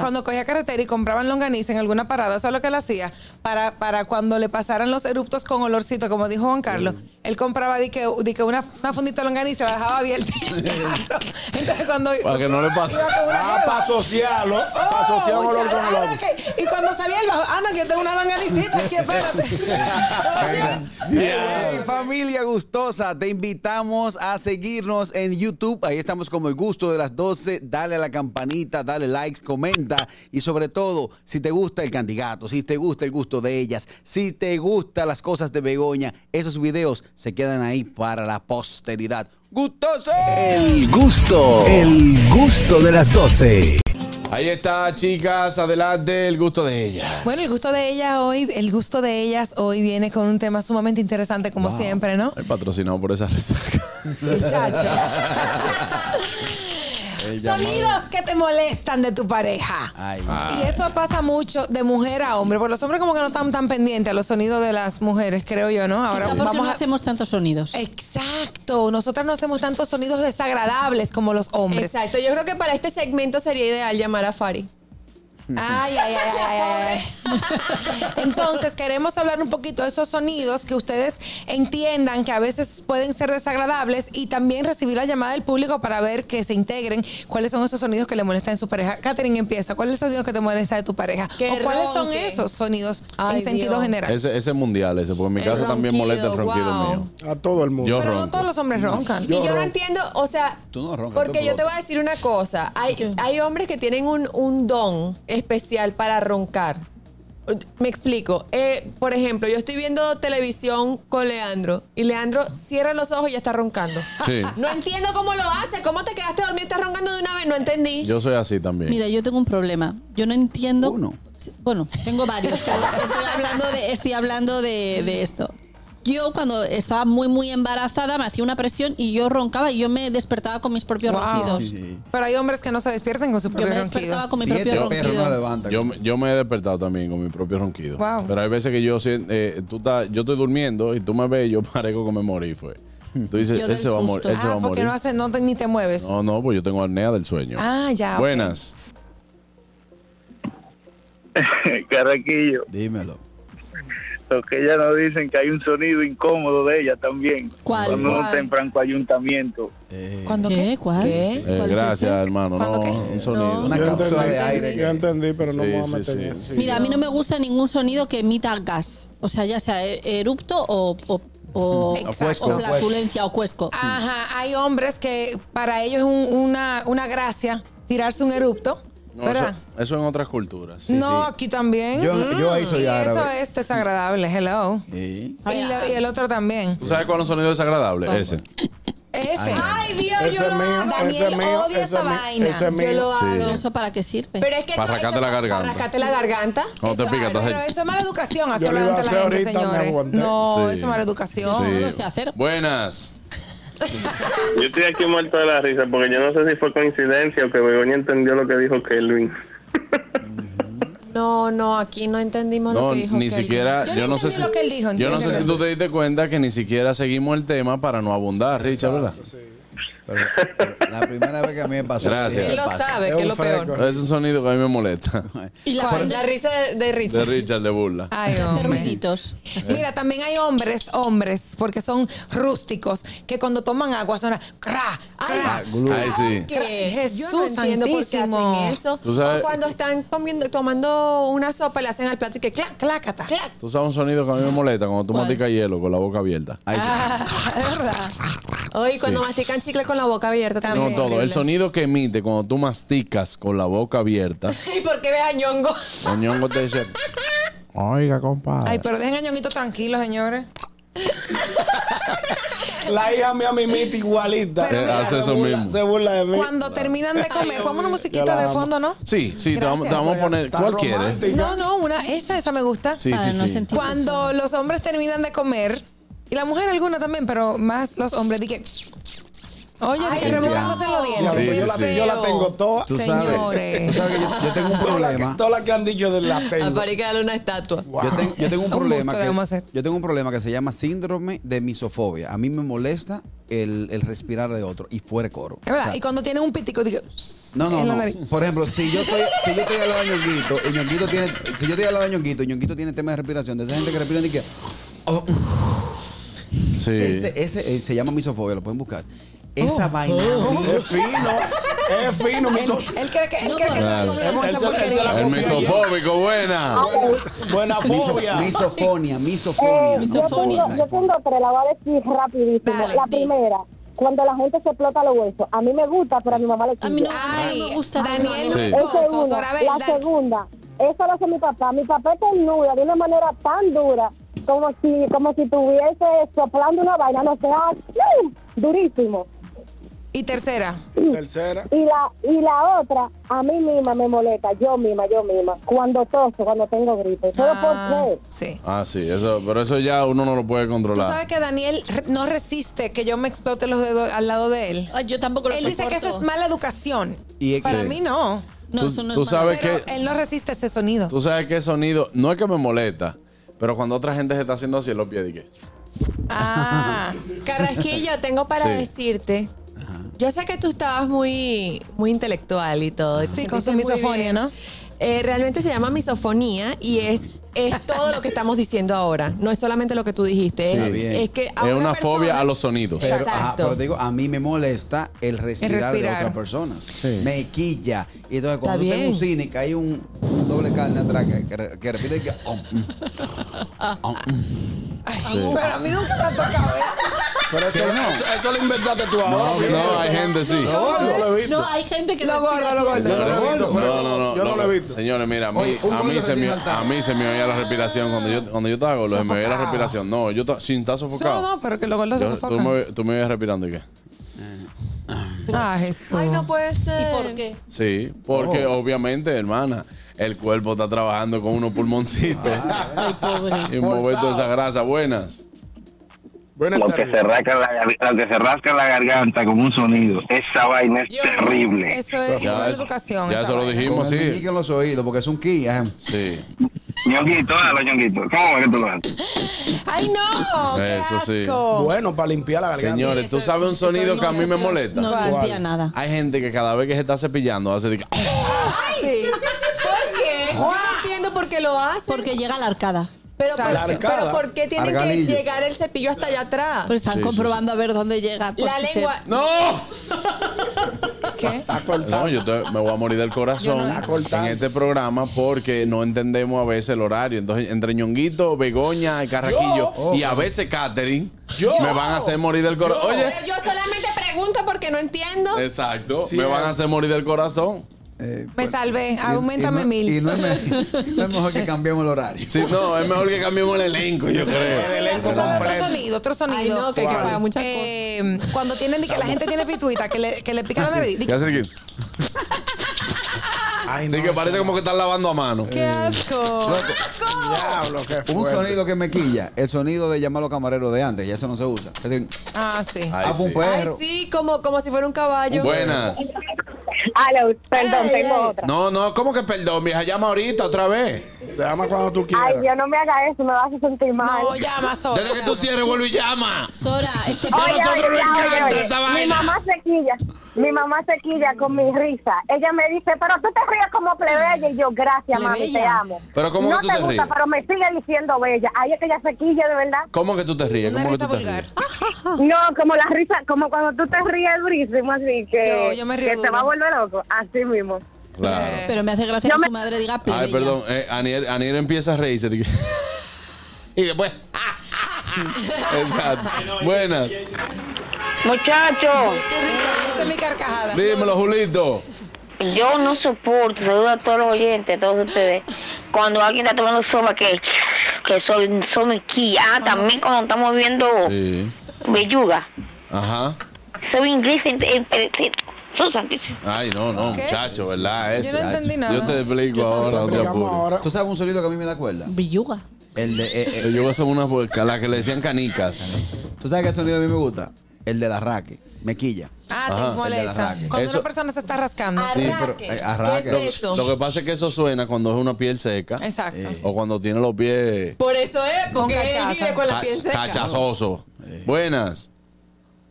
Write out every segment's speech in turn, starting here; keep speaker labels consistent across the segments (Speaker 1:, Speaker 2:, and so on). Speaker 1: Cuando cogía carretera y compraban longaniza en alguna parada, eso es lo que él hacía, para, para cuando le pasaran los eruptos con olorcito, como dijo Juan Carlos, él compraba di que, di que una, una fundita de longaniza, la dejaba abierta en el carro. Entonces cuando...
Speaker 2: Para que no le pase.
Speaker 1: iba con una
Speaker 3: Ah,
Speaker 1: jeva,
Speaker 3: para asociarlo.
Speaker 1: ¡Oh,
Speaker 3: Para asociar un olor
Speaker 1: muchacho!
Speaker 3: con el
Speaker 1: Ah,
Speaker 3: otro.
Speaker 1: ok. Y cuando salía el bajo, ah, no, que yo tengo una longanicita aquí, espérate.
Speaker 4: Hey, familia gustosa, te invitamos a seguirnos en YouTube. Ahí estamos como el gusto de las 12. Dale a la campanita, dale like, comenta. Y sobre todo, si te gusta el candidato, si te gusta el gusto de ellas, si te gustan las cosas de Begoña, esos videos se quedan ahí para la posteridad. ¡Gustoso!
Speaker 5: El gusto, el gusto de las 12.
Speaker 2: Ahí está, chicas, adelante, el gusto de ellas.
Speaker 1: Bueno, el gusto de ella hoy, el gusto de ellas hoy viene con un tema sumamente interesante, como siempre, ¿no?
Speaker 2: El patrocinado por esa resaca.
Speaker 1: Muchacho. Sonidos que te molestan de tu pareja.
Speaker 4: Ay,
Speaker 1: Y eso pasa mucho de mujer a hombre, porque los hombres como que no están tan pendientes a los sonidos de las mujeres, creo yo, ¿no? Ahora
Speaker 6: Quizá porque
Speaker 1: vamos
Speaker 6: no
Speaker 1: a...
Speaker 6: hacemos tantos sonidos.
Speaker 7: Eh,
Speaker 1: Exacto, nosotras no hacemos tantos sonidos desagradables como los hombres.
Speaker 7: Exacto, yo creo que para este segmento sería ideal llamar a Fari.
Speaker 1: Ay, ay, ay, ay, ay, ay, ay. Entonces, queremos hablar un poquito de esos sonidos que ustedes entiendan que a veces pueden ser desagradables y también recibir la llamada del público para ver que se integren cuáles son esos sonidos que le molestan en su pareja. Katherine, empieza. ¿Cuál es el sonido que te molesta de tu pareja?
Speaker 7: Que
Speaker 1: ¿O cuáles son
Speaker 7: ronque.
Speaker 1: esos sonidos
Speaker 7: Ay,
Speaker 1: en sentido
Speaker 7: Dios.
Speaker 1: general?
Speaker 2: Ese ese es mundial, ese, porque en mi
Speaker 7: El
Speaker 2: casa también molesta el
Speaker 7: ronquido,
Speaker 2: ronquido
Speaker 7: wow.
Speaker 2: mío.
Speaker 3: A todo el mundo.
Speaker 2: Yo
Speaker 1: Pero no
Speaker 2: ronco.
Speaker 1: todos los hombres roncan.
Speaker 7: y yo
Speaker 3: ronco.
Speaker 7: no entiendo, o sea,
Speaker 4: Tú no roncas,
Speaker 7: porque
Speaker 4: tú
Speaker 7: yo te
Speaker 4: roncas.
Speaker 7: voy a decir una cosa. Hay, hay hombres que tienen un, un don especial para roncar. Me explico. Eh, por ejemplo, yo estoy viendo televisión con Leandro y Leandro cierra los ojos y ya está roncando.
Speaker 2: Sí.
Speaker 7: No entiendo cómo lo hace, cómo te quedaste dormido y estás roncando de una vez, no entendí.
Speaker 2: Yo soy así también.
Speaker 6: Mira, yo tengo un problema. Yo no entiendo.
Speaker 4: Uno.
Speaker 6: Bueno, tengo varios. pero estoy hablando de, estoy hablando de, de esto. Yo cuando estaba muy muy embarazada me hacía una presión y yo roncaba y yo me despertaba con mis propios
Speaker 1: Wow.
Speaker 6: ronquidos.
Speaker 1: Pero hay hombres que no se despiertan con su
Speaker 6: Yo
Speaker 1: propio
Speaker 6: me
Speaker 1: ronquido.
Speaker 6: despertaba con mi
Speaker 4: Siete
Speaker 6: propio
Speaker 4: perros no
Speaker 6: ronquido.
Speaker 4: levanta.
Speaker 2: Yo, me- yo me he despertado también con mi propio ronquido.
Speaker 1: Wow.
Speaker 2: Pero hay veces que yo sien- eh, tú estás- yo estoy durmiendo y tú me ves y yo parezco que me morí, fue. Tú dices,
Speaker 6: Yo
Speaker 2: él
Speaker 6: del
Speaker 2: se va a morir,
Speaker 6: susto.
Speaker 2: él se va
Speaker 1: Ah,
Speaker 2: a
Speaker 1: porque
Speaker 2: morir.
Speaker 1: no, haces, no te- ni te mueves.
Speaker 2: No, no, pues yo tengo apnea del sueño.
Speaker 1: Ah, ya, ok.
Speaker 2: Buenas.
Speaker 8: Carraquillo,
Speaker 4: Dímelo.
Speaker 8: lo que ellas nos dicen que hay un sonido incómodo de ella también.
Speaker 6: ¿Cuál?
Speaker 8: Cuando uno
Speaker 6: ¿Cuál?
Speaker 8: está en franco ayuntamiento.
Speaker 1: ¿Cuándo
Speaker 6: ¿Qué? ¿Cuál?
Speaker 1: ¿Qué?
Speaker 2: Eh,
Speaker 6: ¿Cuál es
Speaker 2: gracias,
Speaker 6: ese?
Speaker 2: hermano.
Speaker 1: ¿Cuándo
Speaker 2: No,
Speaker 1: qué?
Speaker 2: un sonido.
Speaker 4: Una
Speaker 3: Yo
Speaker 4: cápsula
Speaker 3: entendí,
Speaker 4: de aire.
Speaker 3: yo entendí, pero no
Speaker 2: Sí,
Speaker 3: me voy a
Speaker 2: sí,
Speaker 3: meter en
Speaker 2: sí,
Speaker 3: eso.
Speaker 2: sí.
Speaker 6: Mira, a mí no me gusta ningún sonido que emita gas. O sea, ya sea e- erupto o, o, o-
Speaker 1: Exacto.
Speaker 6: o
Speaker 1: O cuesco.
Speaker 6: flatulencia o cuesco.
Speaker 1: Ajá, hay hombres que para ellos es un- una, una gracia tirarse un erupto.
Speaker 2: No, eso,
Speaker 1: ¿Verdad?
Speaker 2: eso en otras culturas.
Speaker 1: no, aquí también. Mm,
Speaker 4: Yo- yo ahí soy
Speaker 1: y
Speaker 4: árabe.
Speaker 1: eso es desagradable, hello.
Speaker 4: Sí.
Speaker 1: Y, lo- y el otro también.
Speaker 2: ¿Tú sabes cuál es un sonido desagradable? Ese.
Speaker 1: Ese.
Speaker 7: Ay, Dios,
Speaker 3: Ah. Ese
Speaker 7: yo
Speaker 3: es
Speaker 7: lo
Speaker 3: mío,
Speaker 7: hago.
Speaker 3: ese es
Speaker 1: Daniel
Speaker 3: mío,
Speaker 1: odia
Speaker 3: ese
Speaker 1: esa
Speaker 3: es mío,
Speaker 1: vaina.
Speaker 3: ese es
Speaker 7: Yo
Speaker 3: mío.
Speaker 7: lo hago.
Speaker 6: ¿Pero eso para qué sirve?
Speaker 7: Pero es que
Speaker 2: Para arrancarte la garganta.
Speaker 7: Arracate la garganta.
Speaker 2: Cuando te
Speaker 1: Eso- ah,
Speaker 2: pica,
Speaker 1: pero
Speaker 2: entonces.
Speaker 1: eso es mala educación
Speaker 3: Yo lo
Speaker 1: hacerlo
Speaker 3: iba a
Speaker 1: delante de la
Speaker 3: hacer
Speaker 1: gente,
Speaker 3: ahorita, me
Speaker 1: señores.
Speaker 3: aguanté.
Speaker 1: No,
Speaker 2: Sí.
Speaker 1: eso es mala educación.
Speaker 2: Sí.
Speaker 6: No lo sé hacer.
Speaker 2: Buenas.
Speaker 8: Yo estoy aquí muerto de la risa porque yo no sé si fue coincidencia o que Begoña entendió lo que dijo Kelvin.
Speaker 7: No, no, aquí no entendimos lo
Speaker 2: No,
Speaker 7: que dijo.
Speaker 2: ni
Speaker 7: Kelvin.
Speaker 2: siquiera.
Speaker 1: Yo
Speaker 2: Yo,
Speaker 1: no
Speaker 2: no sé
Speaker 1: entendí
Speaker 2: si,
Speaker 1: lo que él dijo,
Speaker 2: yo no sé
Speaker 1: entiéndelo.
Speaker 2: si tú te diste cuenta que ni siquiera seguimos el tema para no abundar, Richard, ¿verdad?
Speaker 4: Pero- pero la primera vez que a mí me pasó.
Speaker 2: Gracias.
Speaker 7: Él lo
Speaker 4: Pasa.
Speaker 7: sabe,
Speaker 3: Es un
Speaker 7: que es lo peor.
Speaker 3: fresco.
Speaker 2: Es un sonido que a mí me molesta.
Speaker 6: Y la
Speaker 7: ¿Cuál? La risa de, de
Speaker 2: De
Speaker 7: Richard.
Speaker 2: Richard, de burla.
Speaker 1: Ay,
Speaker 6: hacer
Speaker 1: hombre.
Speaker 6: ruiditos.
Speaker 1: Pues Mira, también hay hombres, hombres, porque son rústicos, que cuando toman agua suena cra, cra.
Speaker 2: Ay, sí.
Speaker 7: Que
Speaker 1: Jesús
Speaker 7: yo no entiendo por qué
Speaker 1: santísimo.
Speaker 7: hacen eso.
Speaker 2: Tú sabes-
Speaker 7: O cuando están comiendo, tomando una sopa, le hacen al plato y que clac, clac,
Speaker 1: Clácata.
Speaker 7: clac.
Speaker 2: Tú sabes un sonido que a mí me molesta cuando tú
Speaker 6: ¿Cuál?
Speaker 2: masticas hielo con la boca abierta.
Speaker 4: Ahí sí.
Speaker 1: Es verdad.
Speaker 7: Oye, cuando
Speaker 2: Sí.
Speaker 7: mastican chicle con la boca abierta
Speaker 2: No,
Speaker 7: también.
Speaker 2: todo. El sonido que emite cuando tú masticas con la boca abierta.
Speaker 7: ¿Y por qué ves a Ñongo?
Speaker 2: el ñongo te dice,
Speaker 3: Oiga, compadre.
Speaker 1: Ay, pero dejen a Ñonguito tranquilo, señores.
Speaker 3: La hija mía mimita igualita.
Speaker 2: Pero Eh, mira, hace
Speaker 3: se
Speaker 2: eso
Speaker 3: burla,
Speaker 2: mismo.
Speaker 3: Se burla de mí.
Speaker 1: Cuando terminan de comer, ponme una
Speaker 3: Yo
Speaker 1: musiquita
Speaker 3: la
Speaker 1: de
Speaker 3: amo.
Speaker 1: fondo, ¿no?
Speaker 2: Sí, sí, te vamos, te vamos a poner. ¿eh?
Speaker 3: Está
Speaker 2: ¿Cuál quieres?
Speaker 3: romántica.
Speaker 1: No, no, una, esa, esa me gusta.
Speaker 2: Sí,
Speaker 6: Para
Speaker 2: sí,
Speaker 6: no
Speaker 2: sí.
Speaker 6: sentir
Speaker 1: Cuando los hombres terminan de comer, y la mujer alguna también, pero más los hombres, dije, Oye, que revolcándose los dientes.
Speaker 2: Sí,
Speaker 3: Diablo, yo,
Speaker 2: sí,
Speaker 3: la,
Speaker 2: sí.
Speaker 3: yo la tengo toda.
Speaker 4: Tú sabes. Tú
Speaker 1: Señores.
Speaker 4: sabes que yo, yo tengo un
Speaker 3: Toda la, que,
Speaker 4: problema.
Speaker 3: toda la que han dicho de la tengo.
Speaker 1: Ah,
Speaker 7: Para que darle una estatua.
Speaker 4: Yo, tengo- yo tengo un
Speaker 1: Un
Speaker 4: problema.
Speaker 1: gusto
Speaker 4: que-
Speaker 1: le vamos a hacer.
Speaker 4: yo tengo un problema que se llama síndrome de misofobia. A mí me molesta el, el respirar de otro y fuera de coro.
Speaker 1: Es verdad,
Speaker 4: O sea,
Speaker 1: y cuando tienen un pitico, digo,
Speaker 4: no, no,
Speaker 1: en la
Speaker 4: no.
Speaker 1: nariz.
Speaker 4: Por ejemplo, si yo estoy, si yo estoy al lado de Ñonguito y Ñonguito tiene, si yo estoy al lado de Ñonguito y Ñonguito tiene tema de respiración, de esa gente que respira y que oh,
Speaker 2: Sí.
Speaker 4: ese, ese, eh, se llama misofobia, lo pueden buscar.
Speaker 1: Oh,
Speaker 4: Esa vaina.
Speaker 3: Es fino. Es fino. mi to-
Speaker 1: Él cree que, él
Speaker 6: No,
Speaker 1: cree que
Speaker 6: por-
Speaker 1: se la comió con
Speaker 3: Él
Speaker 1: esa
Speaker 3: se- él se la
Speaker 1: porquería.
Speaker 2: El misofóbico, buena.
Speaker 3: Buena fobia.
Speaker 4: Misofonia, misofonia.
Speaker 9: Eh, yo,
Speaker 6: Misofonia.
Speaker 9: tengo, yo tengo tres, la voy a decir rapidísimo.
Speaker 6: Dale,
Speaker 9: la
Speaker 6: di.
Speaker 9: primera, cuando la gente se explota los huesos. A mí me gusta, pero a mi mamá le
Speaker 6: A
Speaker 9: quita.
Speaker 6: mí no,
Speaker 1: Ay,
Speaker 6: no me gusta.
Speaker 1: Daniel,
Speaker 6: no,
Speaker 1: no,
Speaker 2: Sí.
Speaker 9: Esa es
Speaker 1: Oso,
Speaker 9: una.
Speaker 1: Sorabel,
Speaker 9: La
Speaker 1: Dani-
Speaker 9: segunda, eso lo hace mi papá. Mi papá es nuda de una manera tan dura, como si como si tuviese soplando una vaina, no sé, ah, ¡uh! durísimo.
Speaker 1: Y tercera.
Speaker 3: Tercera.
Speaker 9: Y la y la otra, a mí misma me molesta, yo misma, yo misma, cuando toso, cuando tengo gripe. Solo
Speaker 1: Ah,
Speaker 9: por qué.
Speaker 1: sí.
Speaker 2: Ah, sí, eso, pero eso ya uno no lo puede
Speaker 1: Tú
Speaker 2: controlar.
Speaker 1: sabes que Daniel re- no resiste que yo me explote los dedos al lado de él.
Speaker 6: Ay, yo tampoco lo
Speaker 1: Él dice que eso es
Speaker 6: soporto.
Speaker 1: mala educación.
Speaker 4: Y ex-
Speaker 1: Para
Speaker 2: Sí.
Speaker 1: mí no.
Speaker 6: No,
Speaker 2: Tú-
Speaker 6: eso no es
Speaker 2: tú
Speaker 6: mala
Speaker 2: sabes
Speaker 1: Pero
Speaker 2: que
Speaker 1: él no resiste ese sonido.
Speaker 2: tú sabes que sonido no es que me molesta, pero cuando otra gente se está haciendo así los pies dije,
Speaker 1: Ah.
Speaker 7: Carrasquillo, tengo para
Speaker 2: Sí.
Speaker 7: decirte. Yo sé que tú estabas muy, muy intelectual y todo. y te
Speaker 1: Sí, con su
Speaker 7: sentiste muy
Speaker 1: misofonia,
Speaker 7: bien.
Speaker 1: ¿no?
Speaker 7: Eh, realmente se llama misofonía y es, es todo lo que estamos diciendo ahora. No es solamente lo que tú dijiste.
Speaker 2: Sí.
Speaker 7: es-
Speaker 2: Está
Speaker 4: bien.
Speaker 7: es, que a
Speaker 2: es una
Speaker 7: persona-
Speaker 2: fobia a los sonidos.
Speaker 4: Pero, ajá,
Speaker 7: Exacto.
Speaker 4: pero te digo, a mí me molesta el respirar, de
Speaker 1: respirar.
Speaker 4: otras personas. Me quilla. Y entonces cuando tú
Speaker 7: Está
Speaker 4: estás en un
Speaker 7: bien.
Speaker 4: cine y que hay un doble carne atrás que, que, re- que repite que... oh, mm, oh, mm.
Speaker 1: Pero a mí nunca me ha tocado eso.
Speaker 3: Pero eso,
Speaker 4: no?
Speaker 3: eso, eso lo inventaste tú ahora.
Speaker 4: que
Speaker 2: No, hay gente sí.
Speaker 3: No, no lo he visto.
Speaker 6: No, hay gente que
Speaker 1: Lo
Speaker 6: respira
Speaker 1: gordo,
Speaker 6: así.
Speaker 1: lo gordo.
Speaker 3: Yo no lo he visto,
Speaker 2: No,
Speaker 3: pero
Speaker 2: no, no.
Speaker 3: yo no lo he visto.
Speaker 2: Señores, mira, a mí,
Speaker 4: Oye, un
Speaker 2: a mí
Speaker 4: gordo
Speaker 2: se me,
Speaker 4: recién saltado.
Speaker 2: a mí se me oía la respiración. Cuando yo, cuando yo estaba gordo, se me oía la
Speaker 1: Sofocado.
Speaker 2: respiración. No, yo ta- sin estar sofocado.
Speaker 1: No, no, pero que los gordos se
Speaker 2: Yo- tú,
Speaker 1: sofocan.
Speaker 2: me, tú me oías respirando y qué.
Speaker 1: Ah, Jesús.
Speaker 7: Ay, no puede ser.
Speaker 6: ¿Y por qué?
Speaker 2: Sí, porque obviamente, hermana, el cuerpo está trabajando con unos pulmoncitos
Speaker 6: Ah,
Speaker 2: y mover toda esa grasa. Buenas.
Speaker 3: Buenas
Speaker 8: Lo que,
Speaker 3: tardes.
Speaker 8: se rasca la, gar- lo que se rasca la garganta con un sonido, esa vaina es terrible.
Speaker 1: Eso es
Speaker 2: Ya
Speaker 1: mala
Speaker 2: eso-
Speaker 1: educación.
Speaker 2: ya
Speaker 1: esa
Speaker 2: eso lo
Speaker 1: vaina.
Speaker 2: dijimos,
Speaker 4: Con el
Speaker 2: sí.
Speaker 4: meñique en los oídos, porque es un eh. ki. ajá.
Speaker 2: Sí.
Speaker 8: Ñonguito, hágalo, Ñonguito. ¿Cómo es que tú lo haces?
Speaker 1: ¡Ay, no! ¡Qué
Speaker 2: Eso sí.
Speaker 1: asco!
Speaker 3: Bueno, para limpiar la garganta.
Speaker 2: Señores, tú sabes un sonido que a mí me molesta.
Speaker 6: No limpia nada.
Speaker 2: Hay gente que cada vez que se está cepillando hace de que- ¡Ah!
Speaker 1: Sí.
Speaker 7: ¿Por qué? Yo no entiendo por qué lo hacen.
Speaker 6: Porque llega la arcada.
Speaker 7: pero, por,
Speaker 3: La arcada.
Speaker 7: pero ¿por qué tienen
Speaker 4: Argalillo.
Speaker 7: que llegar el cepillo hasta allá atrás?
Speaker 6: Pues están
Speaker 2: Sí, sí,
Speaker 6: comprobando a ver dónde llega.
Speaker 1: Pues
Speaker 6: por
Speaker 7: la
Speaker 6: si se-
Speaker 7: lengua.
Speaker 2: ¡No!
Speaker 1: ¿Qué?
Speaker 2: No, yo te- me voy a morir del corazón en este programa porque no entendemos a veces el horario. Entonces, entre ñonguito, Begoña, Carraquillo y a veces Catherine, me van a hacer morir del corazón. Oye,
Speaker 7: Pero yo solamente pregunto porque no entiendo.
Speaker 2: Eh, exacto, me van a hacer morir del corazón.
Speaker 4: Eh,
Speaker 1: Me
Speaker 4: bueno.
Speaker 1: salvé.
Speaker 4: Y-
Speaker 1: Aumentame
Speaker 4: y no- Y
Speaker 1: mil.
Speaker 4: no es, me- no es mejor que cambiemos el horario.
Speaker 2: Sí, no, es mejor que cambiemos el elenco, yo creo.
Speaker 1: Tú sabes otro sonido, otro sonido.
Speaker 7: Ay, no, que hay que pagar muchas cosas.
Speaker 1: Eh, Cuando tienen di que la gente tiene pituita, que le, que le pica la nariz. di que-
Speaker 2: ¿Qué hace aquí?
Speaker 3: Ay,
Speaker 2: Sí,
Speaker 3: no,
Speaker 2: que parece como que están lavando a mano.
Speaker 1: ¡Qué asco!
Speaker 3: Diablo, qué
Speaker 4: Un
Speaker 3: fuerte.
Speaker 4: sonido que me quilla, el sonido de llamar a los camareros de antes, ya eso no se usa. Es decir,
Speaker 1: Ah, sí.
Speaker 2: Ay,
Speaker 4: ah, fue un
Speaker 2: sí.
Speaker 7: Ay,
Speaker 4: perro.
Speaker 7: sí, como, como si fuera un caballo.
Speaker 2: pues, Buenas.
Speaker 9: Aló, perdón, tengo otra.
Speaker 2: No, no, ¿cómo que perdón, vieja? Llama ahorita otra vez.
Speaker 3: Te llama cuando tú quieras.
Speaker 9: Ay, yo no me haga eso, me vas a sentir mal.
Speaker 1: No, llama solo.
Speaker 2: Desde que tú cierres, vuelve y llama.
Speaker 6: Sora, este
Speaker 9: Oye,
Speaker 6: perro-
Speaker 9: oye,
Speaker 2: nos
Speaker 9: ya,
Speaker 2: encanta
Speaker 9: oye, oye.
Speaker 2: esa
Speaker 9: Mi
Speaker 2: vaina.
Speaker 9: mamá se quilla, mi mamá se quilla con mi risa. Ella me dice, pero tú te ríes como plebeya. Y yo, gracias, mami, te
Speaker 6: Plebeya.
Speaker 9: amo.
Speaker 2: Pero ¿cómo
Speaker 9: no
Speaker 2: que tú te
Speaker 9: gusta,
Speaker 2: ríes?
Speaker 9: pero me sigue diciendo bella. Ahí es que ella se quilla, de verdad.
Speaker 2: ¿Cómo que tú te ríes?
Speaker 1: Una
Speaker 2: ¿Cómo que
Speaker 1: risa
Speaker 2: tú te
Speaker 1: vulgar.
Speaker 2: ríes? Ah,
Speaker 1: Ah.
Speaker 9: No, como la risa, como cuando tú te ríes durísimo, así que,
Speaker 1: Yo- yo me río
Speaker 9: que te
Speaker 1: duro.
Speaker 9: va a volver loco. Así mismo.
Speaker 2: Claro.
Speaker 6: Pero me hace gracia
Speaker 9: Yo
Speaker 6: que
Speaker 9: me-
Speaker 6: su madre diga plebeya.
Speaker 2: Ay, perdón, eh, Aniel, Aniel empieza a reírse. de que- y después. Exacto. Buenas.
Speaker 10: Muchachos,
Speaker 1: Qué risa, Esa es mi carcajada.
Speaker 2: Dímelo, Julito.
Speaker 10: yo no soporto, saludo a todos los oyentes, a todos ustedes, cuando alguien está tomando sopa que, que son, son aquí. Ah, también cuando estamos viendo
Speaker 1: Oh.
Speaker 2: Sí.
Speaker 10: belluga.
Speaker 2: Ajá.
Speaker 10: Soy inglés, en- en- en- son santísimos.
Speaker 2: Ay, no, no,
Speaker 1: ¿Qué?
Speaker 2: muchacho, ¿verdad? Eso.
Speaker 1: Yo no entendí nada.
Speaker 2: Yo te explico ahora, no te
Speaker 3: Llegamos
Speaker 2: apures.
Speaker 3: ahora.
Speaker 4: ¿Tú sabes un sonido que a mí me da cuerda?
Speaker 6: Belluga.
Speaker 4: El de, eh, eh,
Speaker 2: Yo voy a hacer una puerca, la que le decían canicas.
Speaker 4: ¿Tú sabes qué sonido a mí me gusta? El del arraque. me quilla.
Speaker 1: Ah, te molesta. Cuando una persona se está rascando.
Speaker 2: Sí, pero, eh, arraque.
Speaker 1: ¿Qué es eso?
Speaker 2: Lo que pasa es que eso suena cuando es una piel seca. eh,
Speaker 1: Exacto.
Speaker 2: O cuando tiene los pies
Speaker 7: Por eso es,
Speaker 1: Con
Speaker 7: porque él
Speaker 1: cachaza.
Speaker 7: vive con la
Speaker 2: ca-
Speaker 7: piel seca.
Speaker 2: cachazoso. Buenas.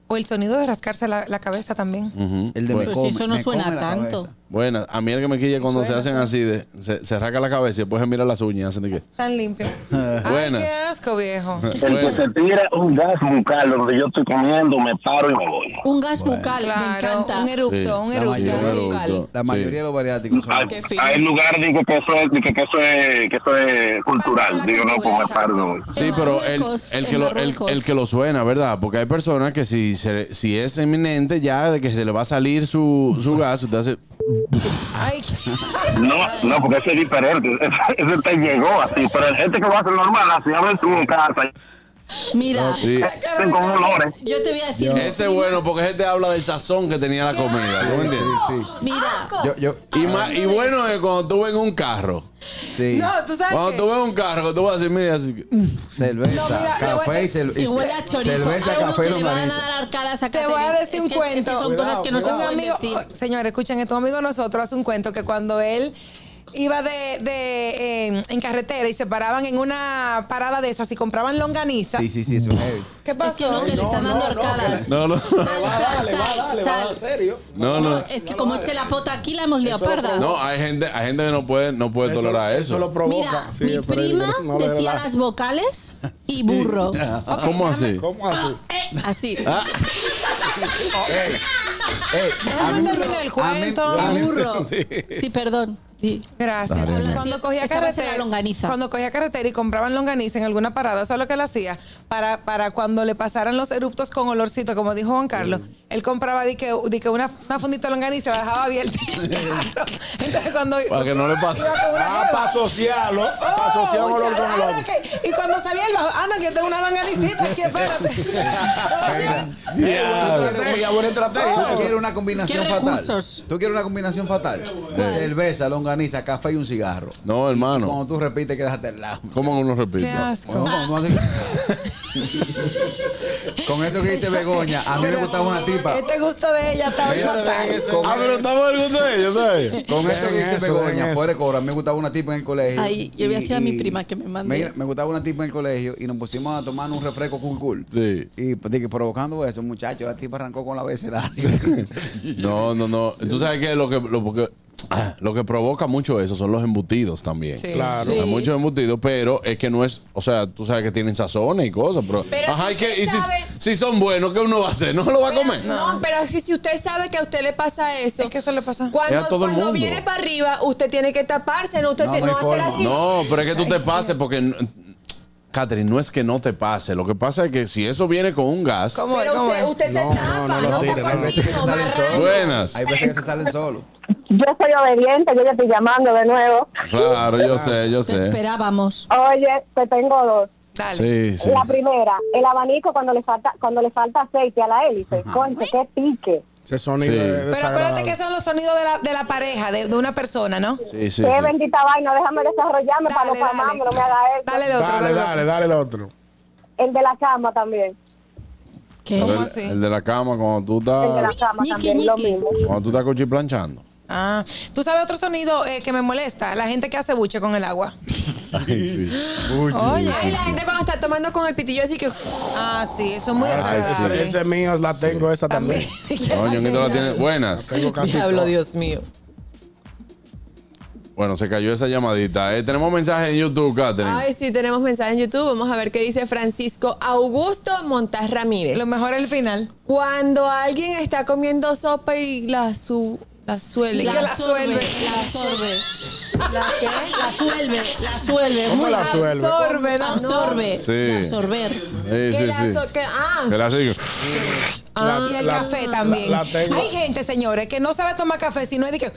Speaker 1: O el sonido de rascarse la, la cabeza también.
Speaker 2: Ujú.
Speaker 4: El de
Speaker 2: Bu-
Speaker 4: me
Speaker 6: Pues
Speaker 4: come-
Speaker 6: eso no
Speaker 4: me
Speaker 6: suena
Speaker 4: come la
Speaker 6: tanto.
Speaker 4: cabeza.
Speaker 2: Buenas. A mí el que me quilla cuando se hacen así, de, se, se rasca la cabeza y después se mira las uñas. Hacen de qué.
Speaker 1: Tan limpio. Ay,
Speaker 2: Buenas.
Speaker 1: qué asco, viejo.
Speaker 8: El que se tira un gas bucal donde yo estoy comiendo, me paro y me voy.
Speaker 6: Un gas bucal, me
Speaker 1: Claro,
Speaker 6: encanta.
Speaker 1: un erupto,
Speaker 2: Sí,
Speaker 1: un
Speaker 4: la
Speaker 1: erupto.
Speaker 4: mayoría.
Speaker 1: Un
Speaker 2: Eructo.
Speaker 4: La
Speaker 2: Sí.
Speaker 4: mayoría de los bariátricos son-
Speaker 8: Hay,
Speaker 7: Qué fino.
Speaker 8: Ah, hay lugar digo, que eso es, digo, que eso es, que eso es cultural. Digo, no, pues me paro y me voy.
Speaker 2: Sí,
Speaker 6: En
Speaker 2: pero el,
Speaker 6: Marruecos,
Speaker 2: el, que
Speaker 6: en
Speaker 2: lo, el,
Speaker 6: Marruecos.
Speaker 2: el que lo suena, ¿verdad? Porque hay personas que si, se- si es eminente ya de que se le va a salir su, su gas, usted hace...
Speaker 1: Ay,
Speaker 8: No, no, porque eso es diferente. Eso te llegó así. Pero hay gente que lo hace normal, así abren su casa,
Speaker 6: Mira,
Speaker 2: Ah, Sí.
Speaker 8: hacen con olores.
Speaker 6: yo te voy a decir.
Speaker 2: Ese es bueno porque gente habla del sazón que tenía la comida. ¿tú me entiendes?
Speaker 4: Sí,
Speaker 6: Mira,
Speaker 4: Yo, yo,
Speaker 2: Y, ma- y bueno es cuando tú ves en un carro.
Speaker 4: sí.
Speaker 1: no, tú sabes
Speaker 2: Cuando
Speaker 1: qué?
Speaker 2: tú ves un carro, que tú vas a decir, mira, así que...
Speaker 4: Cerveza,
Speaker 1: No, mira, le voy a-
Speaker 4: café y cel-
Speaker 6: y huele a chorizo.
Speaker 4: Este, Cerveza,
Speaker 6: Hay uno
Speaker 4: café y
Speaker 6: que le van a
Speaker 4: longaniza.
Speaker 6: dar arcadas a
Speaker 1: Te voy a
Speaker 6: Catherine.
Speaker 1: decir
Speaker 6: Es
Speaker 1: un
Speaker 6: que-
Speaker 1: cuento.
Speaker 6: es que son cosas que no
Speaker 1: un
Speaker 6: se pueden
Speaker 1: amigo,
Speaker 6: decir.
Speaker 1: oh, señores, escuchen esto. Un amigo nosotros hace un cuento que cuando él iba de, de, eh, en carretera y se paraban en una parada de esas y compraban longaniza.
Speaker 4: Sí, sí, sí, es un heavy.
Speaker 1: ¿Qué
Speaker 6: Es que
Speaker 1: pasó?
Speaker 6: no, que le
Speaker 3: No,
Speaker 6: están
Speaker 3: no,
Speaker 6: dando
Speaker 3: no, que
Speaker 6: arcadas.
Speaker 2: No, no.
Speaker 6: Sal,
Speaker 3: Le va a dar, le va a
Speaker 6: sal,
Speaker 3: dar, le va a dar,
Speaker 6: sal.
Speaker 3: serio.
Speaker 2: No, no.
Speaker 6: Es que como eche la pota aquí, la hemos liado parda.
Speaker 2: No, hay gente, hay gente que no puede, no puede tolerar eso.
Speaker 3: lo provoca.
Speaker 6: Mira,
Speaker 3: Sí,
Speaker 6: mi
Speaker 3: pero
Speaker 6: prima
Speaker 3: no le
Speaker 6: decía
Speaker 3: relaja.
Speaker 6: las vocales y burro. Ah, eh,
Speaker 2: ¿Cómo así?
Speaker 3: ¿Cómo así?
Speaker 6: Así.
Speaker 2: Ah,
Speaker 4: Ey, a
Speaker 1: Déjame
Speaker 4: mí-
Speaker 1: terminar el
Speaker 4: a mí-
Speaker 1: cuento.
Speaker 4: a mí-
Speaker 6: burro. Sí, perdón. Sí.
Speaker 1: Gracias.
Speaker 6: Habla
Speaker 1: Cuando
Speaker 6: así.
Speaker 1: cogía
Speaker 6: Esta va a ser la
Speaker 1: carretera,
Speaker 6: longaniza.
Speaker 1: cuando cogía carretera y compraban longaniza en alguna parada, eso es lo que él hacía para, para cuando le pasaran los eruptos con olorcito, como dijo Juan Carlos. Él compraba di que, di que una, una fundita de longaniza la dejaba abierta. en el carro. Entonces cuando
Speaker 2: Para que no le pase.
Speaker 1: iba con una
Speaker 3: Ah,
Speaker 1: jeva,
Speaker 3: para asociarlo.
Speaker 1: ¡oh,
Speaker 3: Para asociar un olor con el otro.
Speaker 1: ah, ok. Y cuando salía el bajo, ah, no, que yo tengo una longanicita aquí, espérate.
Speaker 3: Ya, buena estrategia, buena
Speaker 4: Tú
Speaker 3: estrategia.
Speaker 4: quieres una combinación
Speaker 6: ¿Qué
Speaker 4: fatal.
Speaker 6: recursos?
Speaker 4: Tú quieres una combinación fatal. Cerveza, longaniza, café y un cigarro.
Speaker 2: No, hermano.
Speaker 4: Cuando tú repites, quédate al lado.
Speaker 2: ¿Cómo uno repite?
Speaker 1: Qué asco.
Speaker 4: Bueno, vamos a hacer- Con eso que dice Begoña, a mí me gustaba una tipa.
Speaker 1: Este gusto de ella estaba
Speaker 4: Mira,
Speaker 1: fatal.
Speaker 4: con-
Speaker 2: Ah, pero estamos en el gusto de ellos, ¿sabes?
Speaker 4: Con eso
Speaker 3: Vean
Speaker 4: que dice
Speaker 3: eso, vean
Speaker 4: Begoña,
Speaker 3: eso.
Speaker 4: fuera de cobra, me gustaba una tipa en el colegio.
Speaker 6: Ay, yo voy a decir a mi prima que me mande.
Speaker 4: Mira, me gustaba una tipa en el colegio y nos pusimos a tomar un refresco cool cool.
Speaker 2: Sí.
Speaker 4: Y pues, dije, provocando eso, muchacho, la tipa arrancó con la abecedario.
Speaker 2: No, no, no. Tú sabes que lo que, lo, porque- ah, lo que provoca mucho eso son los embutidos también.
Speaker 1: Sí.
Speaker 3: Claro.
Speaker 6: Sí.
Speaker 2: Hay muchos embutidos, pero es que no es, o sea, tú sabes que tienen sazones y cosas, pero,
Speaker 7: Pero
Speaker 2: ajá,
Speaker 7: si
Speaker 2: y que- y
Speaker 7: usted
Speaker 2: si,
Speaker 7: sabe-
Speaker 2: si son buenos, ¿qué uno va a hacer? ¿No lo va a comer?
Speaker 7: No, pero si, si usted sabe que a usted le pasa eso,
Speaker 1: Es que eso le pasa.
Speaker 7: cuando,
Speaker 2: Es a todo el
Speaker 7: cuando
Speaker 2: mundo.
Speaker 7: viene para arriba, usted tiene que taparse, no usted
Speaker 4: No,
Speaker 7: te-
Speaker 4: no
Speaker 7: no,
Speaker 4: hay
Speaker 7: hacer
Speaker 4: forma.
Speaker 7: así.
Speaker 2: No, pero es que tú te pases porque n- Catherine, no es que no te pase, lo que pasa es que si eso viene con un gas,
Speaker 1: ¿Cómo es?
Speaker 7: Pero
Speaker 1: ¿Cómo
Speaker 7: usted,
Speaker 1: es?
Speaker 7: usted
Speaker 3: No,
Speaker 7: se
Speaker 3: no,
Speaker 7: tapa,
Speaker 3: no
Speaker 7: no,
Speaker 3: lo
Speaker 7: sea
Speaker 3: tire, no lo
Speaker 4: tire.
Speaker 7: cochino, marrano.
Speaker 2: buenas.
Speaker 4: Hay veces que se salen solos.
Speaker 9: Yo soy obediente, yo ya estoy llamando de nuevo.
Speaker 2: Claro, yo sé, yo
Speaker 6: Te
Speaker 2: sé.
Speaker 6: esperábamos.
Speaker 9: Oye, te tengo dos.
Speaker 1: Dale.
Speaker 2: Sí, sí.
Speaker 9: la primera, el abanico cuando le falta cuando le falta aceite a la hélice. Conche, qué pique.
Speaker 3: Ese sonido
Speaker 2: Sí.
Speaker 3: es
Speaker 1: Pero acuérdate que
Speaker 3: desagradable.
Speaker 1: son los sonidos de la, de la pareja, de, de una persona, ¿no?
Speaker 2: Sí, sí, sí.
Speaker 9: qué bendita vaina, déjame desarrollarme para no
Speaker 1: Dale,
Speaker 9: famarme, no me haga
Speaker 1: dale.
Speaker 9: eso.
Speaker 1: Dale el otro.
Speaker 3: Dale,
Speaker 1: el otro.
Speaker 3: dale, dale el otro.
Speaker 9: El de la cama también.
Speaker 6: ¿Qué?
Speaker 1: ¿Cómo
Speaker 2: Pero
Speaker 1: así?
Speaker 2: el, el de la cama, cuando tú
Speaker 9: El de la
Speaker 2: estás,
Speaker 9: cama
Speaker 6: Ñiqui,
Speaker 9: también, lo
Speaker 6: ñiqui.
Speaker 9: mismo.
Speaker 2: cuando tú estás cuchiplanchando.
Speaker 1: Ah, tú sabes otro sonido eh, que me molesta, la gente que hace buche con el agua.
Speaker 2: Ay, sí.
Speaker 1: Oye,
Speaker 7: Ay, la gente cuando está tomando con el pitillo así que.
Speaker 1: ah, sí, eso es muy
Speaker 2: Ay, sí.
Speaker 1: desagradable. Ah,
Speaker 3: Ese mío la tengo, esa también.
Speaker 1: También.
Speaker 2: No, Ñonguito la tiene. Buenas.
Speaker 3: Tengo casi
Speaker 7: Diablo,
Speaker 3: todo.
Speaker 7: Dios mío.
Speaker 2: Bueno, se cayó esa llamadita. Eh, tenemos mensaje en YouTube, Catherine.
Speaker 7: Ay, sí, tenemos mensaje en YouTube. Vamos a ver qué dice Francisco Augusto Montaz Ramírez.
Speaker 1: Lo mejor es el final.
Speaker 7: Cuando alguien está comiendo sopa y la su la suele.
Speaker 1: La- que suelve.
Speaker 6: La absorbe. ¿La qué? La suelve. La suelve.
Speaker 3: ¿Cómo
Speaker 6: Muy
Speaker 3: la
Speaker 6: absorbe.
Speaker 3: suelve?
Speaker 1: Absorbe,
Speaker 7: Ah,
Speaker 1: ¿no?
Speaker 6: Absorbe.
Speaker 2: Sí.
Speaker 6: De absorber.
Speaker 2: Eh,
Speaker 7: que
Speaker 2: sí,
Speaker 7: la
Speaker 2: sí.
Speaker 7: so- que- ah,
Speaker 2: Que la sigue.
Speaker 3: La-
Speaker 1: Ah, y el
Speaker 3: la-
Speaker 1: café también.
Speaker 3: La, la tengo.
Speaker 1: Hay gente, señores, que no sabe tomar café, sino es de que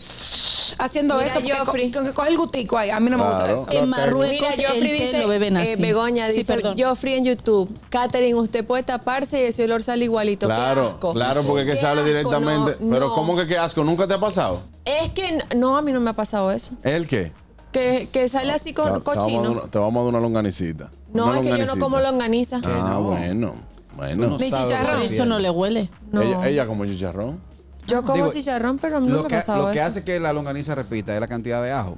Speaker 1: haciendo
Speaker 7: Mira,
Speaker 1: eso, porque co-
Speaker 7: Joffrey.
Speaker 1: que coge el gutico ahí. A mí no me gusta
Speaker 2: Claro.
Speaker 1: eso.
Speaker 6: En
Speaker 7: Mira,
Speaker 6: Marruecos el
Speaker 7: Joffrey
Speaker 6: té
Speaker 7: dice,
Speaker 6: lo beben así.
Speaker 7: eh, Begoña
Speaker 6: Sí,
Speaker 7: dice,
Speaker 6: perdón.
Speaker 7: Joffrey en YouTube, Catherine, usted puede taparse y ese olor sale igualito. Qué
Speaker 2: Claro,
Speaker 7: asco.
Speaker 2: claro, porque es que
Speaker 7: Qué
Speaker 2: sale
Speaker 7: asco,
Speaker 2: directamente.
Speaker 7: no,
Speaker 2: Pero
Speaker 7: no.
Speaker 2: ¿cómo que qué asco? ¿Nunca te ha pasado?
Speaker 7: Es que n- no, a mí no me ha pasado eso.
Speaker 2: ¿El qué?
Speaker 7: Que, que sale así
Speaker 2: Te-
Speaker 7: con
Speaker 2: te, vamos a dar
Speaker 7: cochino.
Speaker 2: una- te vamos a dar una longanicita.
Speaker 7: No,
Speaker 2: Una
Speaker 7: es que yo no
Speaker 2: longanicita.
Speaker 4: Ah.
Speaker 7: como longaniza.
Speaker 2: Ah, bueno. Bueno.
Speaker 6: De chicharrón. Eso no le huele. No.
Speaker 2: Ella, ella como chicharrón.
Speaker 7: Yo como
Speaker 4: Digo,
Speaker 7: chicharrón, pero a mí no
Speaker 4: Lo
Speaker 7: me ha
Speaker 4: que,
Speaker 7: pasado
Speaker 4: lo que
Speaker 7: eso.
Speaker 4: hace que la longaniza repita es la cantidad de ajo.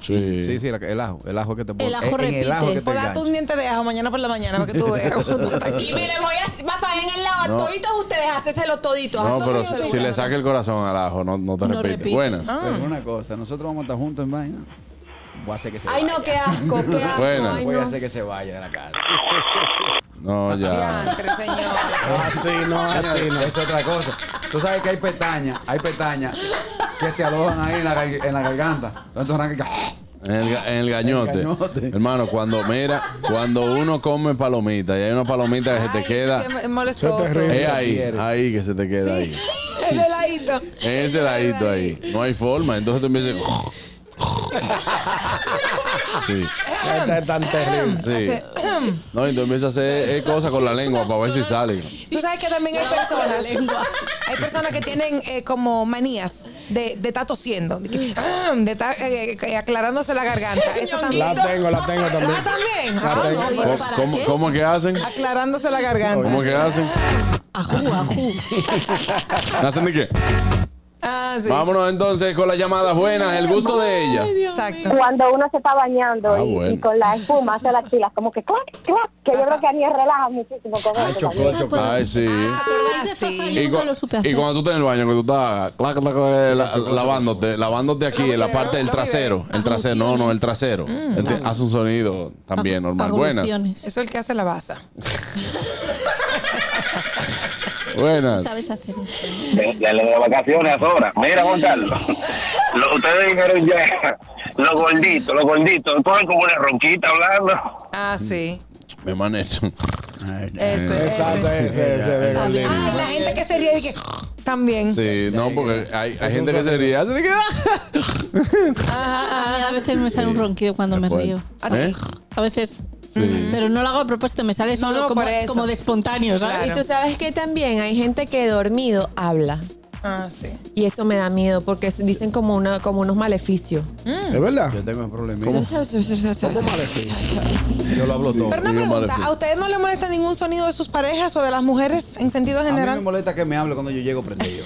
Speaker 2: Sí.
Speaker 4: Sí, sí, la- el ajo. El ajo que te pone.
Speaker 1: El ajo
Speaker 4: en- en el ajo que
Speaker 1: repite.
Speaker 4: te
Speaker 1: O date
Speaker 4: engancha.
Speaker 1: un diente de ajo mañana por la mañana para que tú veas.
Speaker 7: Y me le voy a. Papá, en el lado.
Speaker 2: No.
Speaker 7: Toditos ustedes, hacéselo toditos. a
Speaker 2: No,
Speaker 7: todos
Speaker 2: pero
Speaker 7: yo se lo
Speaker 2: si
Speaker 7: voy a
Speaker 2: le
Speaker 7: hacer.
Speaker 2: saca el corazón al ajo, no, no te
Speaker 6: No
Speaker 2: repite.
Speaker 6: repite.
Speaker 2: Buenas.
Speaker 4: Pero una cosa, nosotros vamos a estar juntos en vaina. Voy a hacer que se
Speaker 7: Ay,
Speaker 4: vaya.
Speaker 7: no, qué asco, qué asco.
Speaker 2: Buena.
Speaker 7: ay,
Speaker 4: Voy
Speaker 7: no.
Speaker 4: a hacer que se vaya de la casa.
Speaker 2: No, ya.
Speaker 1: Diantre, señor.
Speaker 4: Así no, así no. Ah, Es otra cosa. Tú sabes que hay pestañas, hay pestañas que se alojan ahí en la, gar- en la garganta. Entonces arranca
Speaker 2: En el, ga- en el gañote.
Speaker 4: El gañote.
Speaker 2: Hermano, cuando mira, cuando uno come palomita y hay una palomita que se
Speaker 1: Ay,
Speaker 2: te
Speaker 1: eso
Speaker 2: queda,
Speaker 1: sí es molestoso.
Speaker 3: Eso es terrible.
Speaker 2: es
Speaker 3: se
Speaker 2: ahí,
Speaker 4: pierde.
Speaker 2: ahí que se te queda ahí.
Speaker 1: Es de ladito.
Speaker 2: En ese
Speaker 3: eh.
Speaker 2: ladito ahí. No hay forma. Entonces tú empiezas. Sí,
Speaker 3: Esta es tan terrible.
Speaker 2: sí. No, y tú empiezas a hacer eh, cosas con la lengua para ver si sale.
Speaker 1: Tú sabes que también hay personas, hay personas que tienen eh, como manías de, de estar tosiendo, de, que, ah, de estar eh, eh, aclarándose la garganta. Eso
Speaker 3: La
Speaker 1: también.
Speaker 3: tengo, la tengo
Speaker 1: Ah,
Speaker 3: también.
Speaker 1: también.
Speaker 3: La
Speaker 1: Ah,
Speaker 3: tengo.
Speaker 1: no,
Speaker 2: ¿Cómo,
Speaker 1: y-
Speaker 6: para
Speaker 2: cómo,
Speaker 6: qué?
Speaker 2: cómo que hacen?
Speaker 1: aclarándose la garganta.
Speaker 2: ¿Cómo que hacen?
Speaker 6: Ajú, ajú.
Speaker 2: ¿Hacen de qué?
Speaker 1: Ah, sí.
Speaker 2: Vámonos entonces con las llamadas buenas, el gusto de ella.
Speaker 1: Exacto.
Speaker 9: Cuando uno se está bañando
Speaker 2: Ah,
Speaker 9: y,
Speaker 2: bueno.
Speaker 9: y con la espuma hace las pilas, como que clac, clac, que yo creo que a mí me relaja muchísimo con
Speaker 4: Ay,
Speaker 9: eso
Speaker 4: chocó,
Speaker 9: también.
Speaker 4: chocó.
Speaker 2: Ay, sí.
Speaker 1: Ah,
Speaker 6: Ese
Speaker 1: sí.
Speaker 6: papá, pues, yo
Speaker 2: Y,
Speaker 6: nunca
Speaker 2: cua-
Speaker 6: lo supe
Speaker 2: y
Speaker 6: hacer.
Speaker 2: cuando tú estás en el baño, que tú estás clac, clac, clac, la- lavándote, lavándote aquí, en la parte del trasero, el trasero, no, no, el trasero.
Speaker 6: Mm.
Speaker 2: Enti- Hace un sonido también normal. Buenas.
Speaker 6: Agrupaciones.
Speaker 1: Eso es el que hace la baza.
Speaker 2: Buenas.
Speaker 6: ¿Sabes hacer eso?
Speaker 8: Ya lo de vacaciones ahora. Mira, Juan Carlos. Lo, ustedes dijeron ya. Los gorditos, los gorditos. Cogen como una ronquita hablando.
Speaker 1: Ah, sí.
Speaker 2: Me
Speaker 1: Eso,
Speaker 2: manejo.
Speaker 3: Mm. Exacto,
Speaker 1: ese.
Speaker 3: ese, ese de Gordillo.
Speaker 1: Ah, y la gente que se ríe y que también.
Speaker 2: Sí, no, porque hay, hay gente que se ríe. hace de que- "Ah".
Speaker 6: Ah, A mí a veces me sale un ronquido cuando me
Speaker 2: Después.
Speaker 6: río.
Speaker 2: ¿Eh?
Speaker 6: A veces. Mm,
Speaker 2: Sí.
Speaker 6: Pero no lo hago a propósito, me sale solo
Speaker 1: no,
Speaker 6: como,
Speaker 1: por eso.
Speaker 6: como de espontáneo, ¿sabes?
Speaker 7: Y tú sabes que también hay gente que dormido habla.
Speaker 1: Ah, sí.
Speaker 7: Y eso me da miedo porque es- dicen como, una, como unos maleficios.
Speaker 3: ¿Es verdad?
Speaker 4: pues. Yo tengo un problemita.
Speaker 7: Pero
Speaker 4: Yo lo hablo todo.
Speaker 1: Pero una
Speaker 2: Digo,
Speaker 1: pregunta,
Speaker 2: madre.
Speaker 1: ¿a ustedes no les molesta ningún sonido de sus parejas o de las mujeres en sentido
Speaker 4: A mí me
Speaker 1: general?
Speaker 4: molesta que me hable cuando yo llego prendido.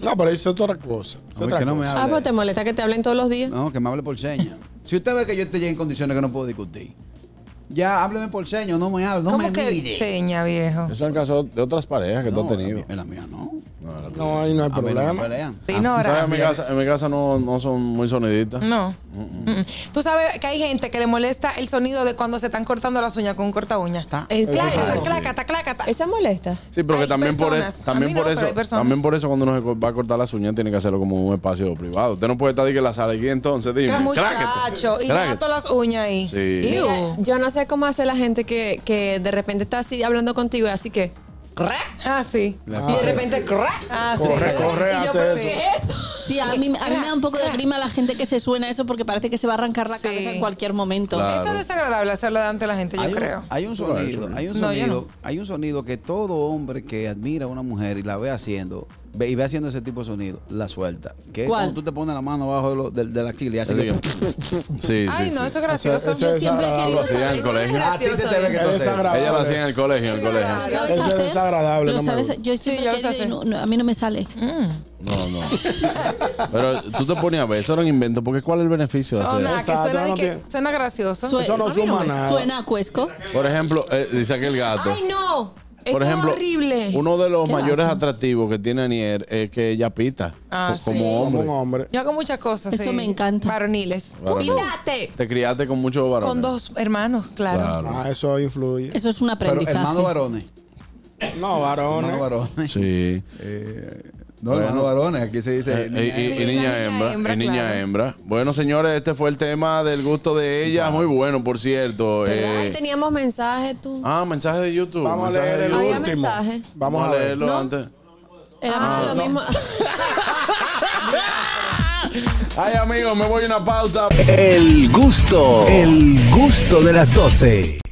Speaker 3: No, pero eso es otra cosa. Es
Speaker 4: A mí
Speaker 3: otra
Speaker 4: que no me
Speaker 3: cosa.
Speaker 7: Ah, pues
Speaker 4: hable.
Speaker 7: te molesta que te hablen todos los días.
Speaker 4: No, que me hable por señas. Si usted ve que yo estoy en condiciones que no puedo discutir, ya hábleme por señas, no me hable, no
Speaker 1: ¿Cómo
Speaker 4: me
Speaker 1: que
Speaker 4: mire.
Speaker 1: seña, viejo?
Speaker 2: Eso es el caso de otras parejas que tú
Speaker 4: No,
Speaker 2: has tenido.
Speaker 4: En la mía no. No, Ah, en la
Speaker 3: No, ahí no hay problema.
Speaker 2: ¿Sabes?
Speaker 1: Dinora.
Speaker 2: En mi casa, en mi casa no, no son muy sonidistas.
Speaker 1: No. Mm-mm. Tú sabes que hay gente que le molesta el sonido de cuando se están cortando las uñas con un corta uña.
Speaker 7: ¿En
Speaker 1: Clácata,
Speaker 7: serio?
Speaker 1: clácata, clácata.
Speaker 7: Eh, ¿Esa molesta?
Speaker 2: Sí, pero
Speaker 1: Hay
Speaker 2: que también
Speaker 1: personas.
Speaker 2: por, e-
Speaker 1: A
Speaker 2: también
Speaker 1: mí no,
Speaker 2: por
Speaker 1: pero hay
Speaker 2: eso,
Speaker 1: personas.
Speaker 2: también por eso cuando uno se co- va a cortar las uñas tiene que hacerlo como en un espacio privado. Usted no puede estar de que la sala aquí entonces, dime. cráquete,
Speaker 1: Muchacho, y
Speaker 2: cráquete.
Speaker 1: le todas las uñas ahí.
Speaker 2: Sí.
Speaker 1: Iu.
Speaker 7: Mira, yo no sé cómo hace la gente que, que de repente está así hablando contigo y así que. crack,
Speaker 1: Ah, sí.
Speaker 7: Y de repente. crack.
Speaker 1: Ah, sí.
Speaker 3: Corre,
Speaker 1: sí.
Speaker 3: corre,
Speaker 1: Y yo,
Speaker 3: hace
Speaker 1: pues,
Speaker 3: eso.
Speaker 1: ¿qué es eso?
Speaker 6: Sí, a mí, a mí me da un poco de grima la gente que se suena eso porque parece que se va a arrancar la
Speaker 1: Sí.
Speaker 6: cabeza en cualquier momento.
Speaker 2: Claro.
Speaker 1: Eso es desagradable hacerlo delante de la gente, yo
Speaker 4: hay un,
Speaker 1: creo.
Speaker 4: hay un sonido, hay un
Speaker 1: No, yo
Speaker 4: sonido,
Speaker 1: no.
Speaker 4: hay un sonido que todo hombre que admira a una mujer y la ve haciendo, ve, y ve haciendo ese tipo de sonido, la suelta. Que es
Speaker 6: ¿Cuál?
Speaker 4: cuando tú te pones la mano abajo de, lo- de- de la axila y así.
Speaker 2: Sí, sí,
Speaker 1: Ay, no, eso
Speaker 2: sí.
Speaker 1: es gracioso.
Speaker 3: Eso- eso
Speaker 6: Yo
Speaker 3: es
Speaker 6: siempre he
Speaker 3: desagradable.
Speaker 6: querido
Speaker 2: Lo hacía en el
Speaker 6: saber-
Speaker 2: colegio.
Speaker 4: A ti se te ve que tú
Speaker 1: ¿eh?
Speaker 3: Es
Speaker 4: haces eso.
Speaker 3: desagradable.
Speaker 2: Ella lo hacía en el colegio, en el colegio.
Speaker 6: ¿Lo sabes
Speaker 3: Eso es
Speaker 6: hacer?
Speaker 3: desagradable,
Speaker 6: ¿Lo
Speaker 3: no me
Speaker 6: sabes?
Speaker 3: gusta.
Speaker 6: Yo siempre
Speaker 1: Sí,
Speaker 6: he
Speaker 1: yo lo
Speaker 6: querido
Speaker 1: sé
Speaker 6: y no- no, a mí no me sale.
Speaker 2: No, no. Pero tú te ponías a ver, eso era un invento, porque ¿cuál es el beneficio de
Speaker 1: No,
Speaker 2: hacer
Speaker 1: nada,
Speaker 2: eso?
Speaker 1: que
Speaker 3: Exacto,
Speaker 1: suena, de
Speaker 3: no
Speaker 1: que,
Speaker 3: tiene-
Speaker 1: suena gracioso.
Speaker 6: Sue-
Speaker 3: Eso no
Speaker 6: a mí
Speaker 3: suma
Speaker 6: me-
Speaker 3: nada.
Speaker 6: Suena a cuesco.
Speaker 2: Por ejemplo, eh, dice aquí el gato.
Speaker 7: ¡Ay, no! Eso
Speaker 2: Por ejemplo,
Speaker 7: es horrible.
Speaker 2: uno de los
Speaker 6: Qué
Speaker 2: mayores
Speaker 6: gato.
Speaker 2: atractivos que tiene Anier es que ella pita
Speaker 1: Ah,
Speaker 2: pues, como
Speaker 1: sí.
Speaker 3: Como
Speaker 2: hombre.
Speaker 3: un hombre.
Speaker 1: Yo hago muchas cosas.
Speaker 6: Eso
Speaker 1: sí.
Speaker 6: me encanta.
Speaker 1: Varoniles.
Speaker 2: Varón.
Speaker 7: ¡Quítate!
Speaker 2: Te criaste con muchos varones.
Speaker 1: Con dos hermanos, claro.
Speaker 3: Ah, eso influye.
Speaker 6: Eso es un
Speaker 4: Pero
Speaker 6: aprendizaje.
Speaker 4: hermano varones,
Speaker 3: No,
Speaker 4: hermano
Speaker 3: varones.
Speaker 4: varones.
Speaker 3: Eh,
Speaker 2: Sí.
Speaker 4: No, hermano varones, aquí se dice.
Speaker 2: Eh,
Speaker 4: niña,
Speaker 2: y- y,
Speaker 1: Sí,
Speaker 2: y
Speaker 1: una
Speaker 2: niña
Speaker 1: niña
Speaker 2: hembra,
Speaker 1: hembra,
Speaker 2: y niña
Speaker 1: claro.
Speaker 2: hembra. Bueno, señores, este fue el tema del gusto de ella. Muy bueno, por cierto.
Speaker 7: Ay,
Speaker 2: Eh,
Speaker 7: teníamos mensajes tú.
Speaker 2: ah, mensaje de YouTube.
Speaker 3: Vamos a
Speaker 2: mensaje
Speaker 3: leer
Speaker 2: de
Speaker 3: el
Speaker 2: YouTube.
Speaker 7: Había
Speaker 3: último.
Speaker 7: mensaje.
Speaker 3: Vamos a leer.
Speaker 2: leerlo antes.
Speaker 6: Era
Speaker 7: Ah, lo mismo.
Speaker 2: Ay, amigos, me voy a una pausa.
Speaker 5: El gusto, el gusto de las 12.